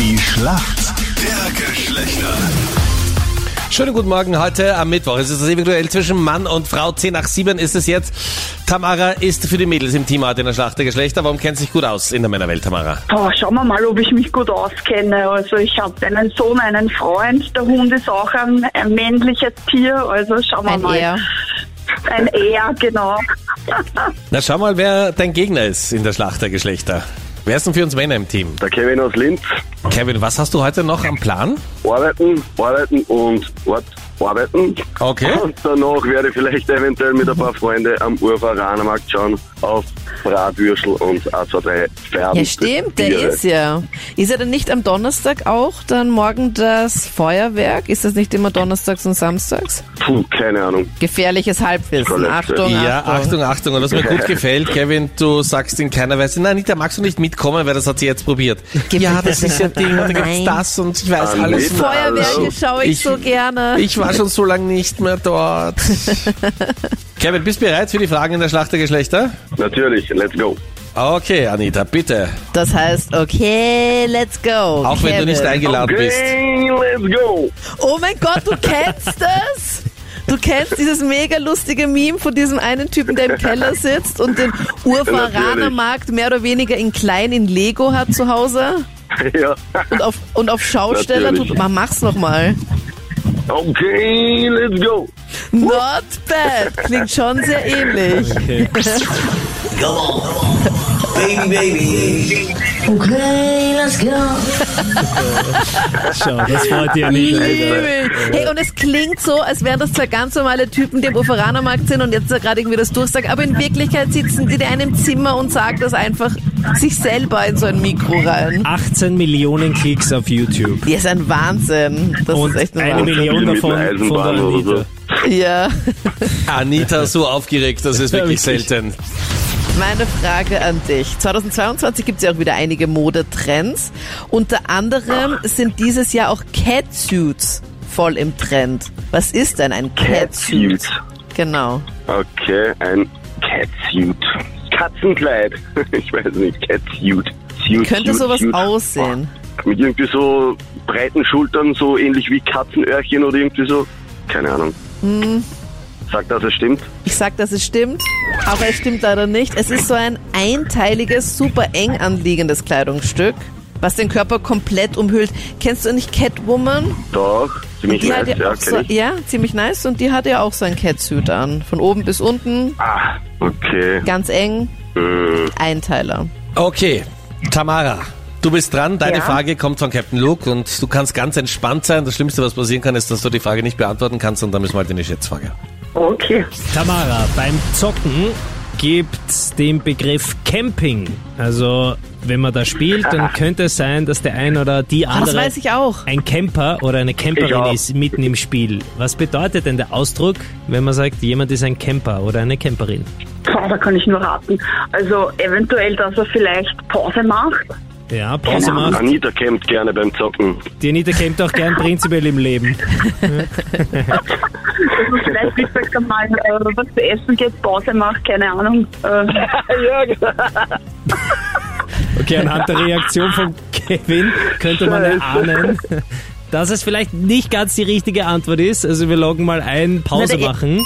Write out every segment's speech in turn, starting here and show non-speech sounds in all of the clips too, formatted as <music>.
Schlacht der Geschlechter. Schönen guten Morgen heute am Mittwoch. Es ist das eventuell zwischen Mann und Frau. 10 nach 7 ist es jetzt. Tamara ist für die Mädels im Team heute in der Schlacht der Geschlechter. Warum kennt sie sich gut aus in der Männerwelt, Tamara? Boah, schauen wir mal, ob ich mich gut auskenne. Also ich habe einen Sohn, einen Freund. Der Hund ist auch ein, ein männliches Tier. Also schauen wir Ein mal. Er. Ein Er, genau. Na, schau mal, wer dein Gegner ist in der Schlacht der Geschlechter. Wer ist denn für uns Männer im Team? Der Kevin aus Linz. Kevin, was hast du heute noch am Plan? Arbeiten, arbeiten und Ort arbeiten. Okay. Und danach werde ich vielleicht eventuell mit ein paar Freunden am Urveranermarkt schauen auf Bratwürsel und ein, zwei, drei Pferden. Ja, stimmt, der ist ja. Ist er denn nicht am Donnerstag auch dann morgen das Feuerwerk? Ist das nicht immer donnerstags und samstags? Puh, keine Ahnung. Gefährliches Halbwissen. Verletzte. Achtung, Ja, Achtung. Achtung, Achtung. Und was mir gut gefällt, Kevin, du sagst in keiner Weise, nein, Anita, magst du nicht mitkommen, weil das hat sie jetzt probiert. Gib ja, mir das das ist ja nicht. Ding, und dann gibt's Nein. das und ich weiß alles. Anita, hallo. Feuerwerke schaue ich, Ich- so gerne. Ich war schon so lange nicht mehr dort. <laughs> Kevin, bist du bereit für die Fragen in der Schlacht der Geschlechter? Natürlich, let's go. Okay, Anita, bitte. das heißt, okay, let's go. Auch wenn du Kevin. nicht eingeladen bist. Okay, let's go. <laughs> Oh mein Gott, du kennst das? Du kennst dieses mega lustige Meme von diesem einen Typen, der im Keller sitzt und den Urveranermarkt mehr oder weniger in klein in Lego hat zu Hause ja. und auf, und auf Schausteller Natürlich. tut, man mach's nochmal. Okay, let's go. Not bad. Klingt schon sehr ähnlich. Okay, let's go. Schau, das freut <laughs> die Anita. Übel. Hey, und es klingt so, als wären das zwei ganz normale Typen, die im Uferanermarkt sind und jetzt da gerade irgendwie das durchsagen. Aber in Wirklichkeit sitzen die in einem Zimmer und sagen das einfach sich selber in so ein Mikro rein. 18 Millionen Klicks auf YouTube. Ja, ist ein Wahnsinn. Das Und ist echt ein eine Wahnsinn. Million Mit einer davon von der Eisenbahn oder Anita. Ja. Anita, so aufgeregt, das ist Ja, wirklich wirklich. selten. Meine Frage an dich. 2022 gibt es ja auch wieder einige Modetrends. Unter anderem sind dieses Jahr auch Catsuits voll im Trend. Was ist denn ein Catsuit? Catsuit. Genau. Okay, ein Catsuit. Katzenkleid. <laughs> Ich weiß nicht, Catsuit. Suit, Könnte Suit, sowas Suit. aussehen? Mit irgendwie so breiten Schultern, so ähnlich wie Katzenöhrchen oder irgendwie so. Keine Ahnung. Hm. Sagt das, es stimmt? Ich sag, dass es stimmt, aber es stimmt leider nicht. Es ist so ein einteiliges, super eng anliegendes Kleidungsstück, was den Körper komplett umhüllt. Kennst du nicht Catwoman? Doch, ziemlich Die nice, hat ja, ja, auch kenn so, ich. ja, ziemlich nice. Und die hat ja auch so ein Catsuit an. Von oben bis unten, Ah, okay. ganz eng, Äh, Einteiler. Okay, Tamara. Du bist dran, deine Ja. Frage kommt von Captain Luke und du kannst ganz entspannt sein. Das Schlimmste, was passieren kann, ist, dass du die Frage nicht beantworten kannst und dann müssen wir halt in die Schätzfrage. Okay. Tamara, beim Zocken gibt's den Begriff Camping. Also, wenn man da spielt, dann könnte es sein, dass der ein oder die Ah, das andere weiß ich auch. ein Camper oder eine Ich auch. Camperin ist mitten im Spiel. Was bedeutet denn der Ausdruck, wenn man sagt, jemand ist ein Camper oder eine Camperin? Boah, da kann ich nur raten. Also eventuell, dass er vielleicht Pause macht. Ja, Pause macht. Anita kämpft gerne beim Zocken. Die Anita campt auch gern prinzipiell im Leben. Also vielleicht, wie gesagt, einmal äh, was zu essen geht, Pause macht, keine Ahnung. Äh, Okay, anhand der Reaktion von Kevin könnte man erahnen, dass es vielleicht nicht ganz die richtige Antwort ist. Also wir loggen mal ein, Pause Na, der- machen.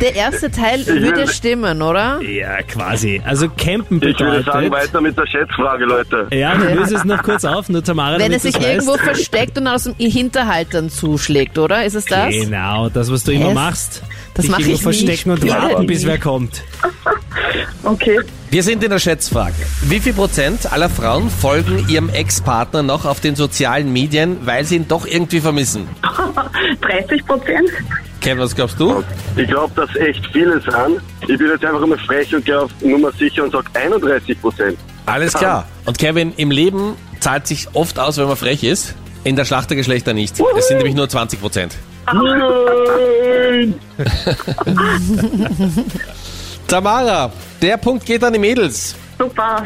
Der erste Teil würde stimmen, oder? Ja, quasi. Also campen Ich würde bedeutet... sagen, weiter mit der Schätzfrage, Leute. ja, du löst es noch kurz auf, nur Tamara, Wenn damit es sich du's weißt. irgendwo versteckt und aus dem Hinterhalt dann zuschlägt, oder? Ist es das? Genau, das, was du immer Es- machst. das Dich mach irgendwo ich nie. verstecken und Ja. warten, bis wer kommt. okay. Wir sind in der Schätzfrage. Wie viel Prozent aller Frauen folgen ihrem Ex-Partner noch auf den sozialen Medien, weil sie ihn doch irgendwie vermissen? 30 Prozent? Kevin, was glaubst du? Ich glaube, dass echt viele sind. Ich bin jetzt einfach immer frech und gehe auf Nummer sicher und sage 31 Prozent. Alles klar. Und Kevin, im Leben zahlt sich oft aus, wenn man frech ist. In der Schlacht der Geschlechter nicht. Es sind nämlich nur 20 Prozent. Nein! Tamara, der Punkt geht an die Mädels. Super.